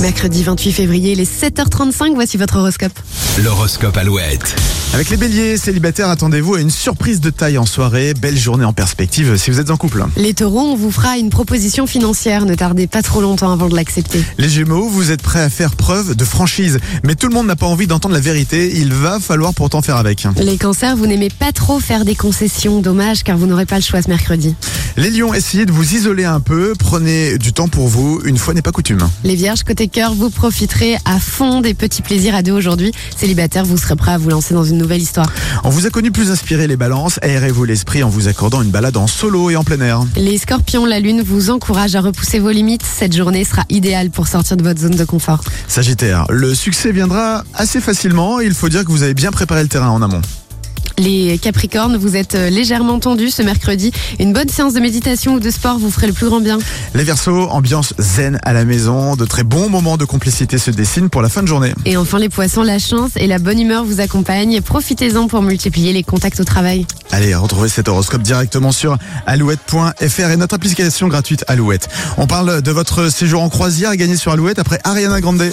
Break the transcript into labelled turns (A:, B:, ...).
A: Mercredi 28 février, les 7h35, voici votre horoscope.
B: L'horoscope Alouette.
C: Avec les béliers célibataires, attendez-vous à une surprise de taille en soirée. Belle journée en perspective si vous êtes en couple.
A: Les taureaux, on vous fera une proposition financière, ne tardez pas trop longtemps avant de l'accepter.
C: Les gémeaux, vous êtes prêts à faire preuve de franchise. Mais tout le monde n'a pas envie d'entendre la vérité. Il va falloir pourtant faire avec.
A: Les cancers, vous n'aimez pas trop faire des concessions, dommage car vous n'aurez pas le choix ce mercredi.
C: Les lions, essayez de vous isoler un peu. Prenez du temps pour vous. Une fois n'est pas coutume.
A: Les vierges, côté cœur, vous profiterez à fond des petits plaisirs à deux aujourd'hui. Célibataire, vous serez prêt à vous lancer dans une nouvelle histoire.
C: On vous a connu plus inspiré les balances. Aérez-vous l'esprit en vous accordant une balade en solo et en plein air.
A: Les scorpions, la lune vous encourage à repousser vos limites, cette journée sera idéale pour sortir de votre zone de confort.
C: Sagittaire, le succès viendra assez facilement. Il faut dire que vous avez bien préparé le terrain en amont.
A: Les capricornes, vous êtes euh, légèrement tendus ce mercredi, une bonne séance de méditation ou de sport vous ferait le plus grand bien.
C: Les Verseaux, ambiance zen à la maison, de très bons moments de complicité se dessinent pour la fin de journée.
A: Et enfin les poissons, la chance et la bonne humeur vous accompagnent, profitez-en pour multiplier les contacts au travail.
C: Allez, retrouvez cet horoscope directement sur alouette.fr et notre application gratuite Alouette. On parle de votre séjour en croisière gagné sur Alouette après Ariana Grande.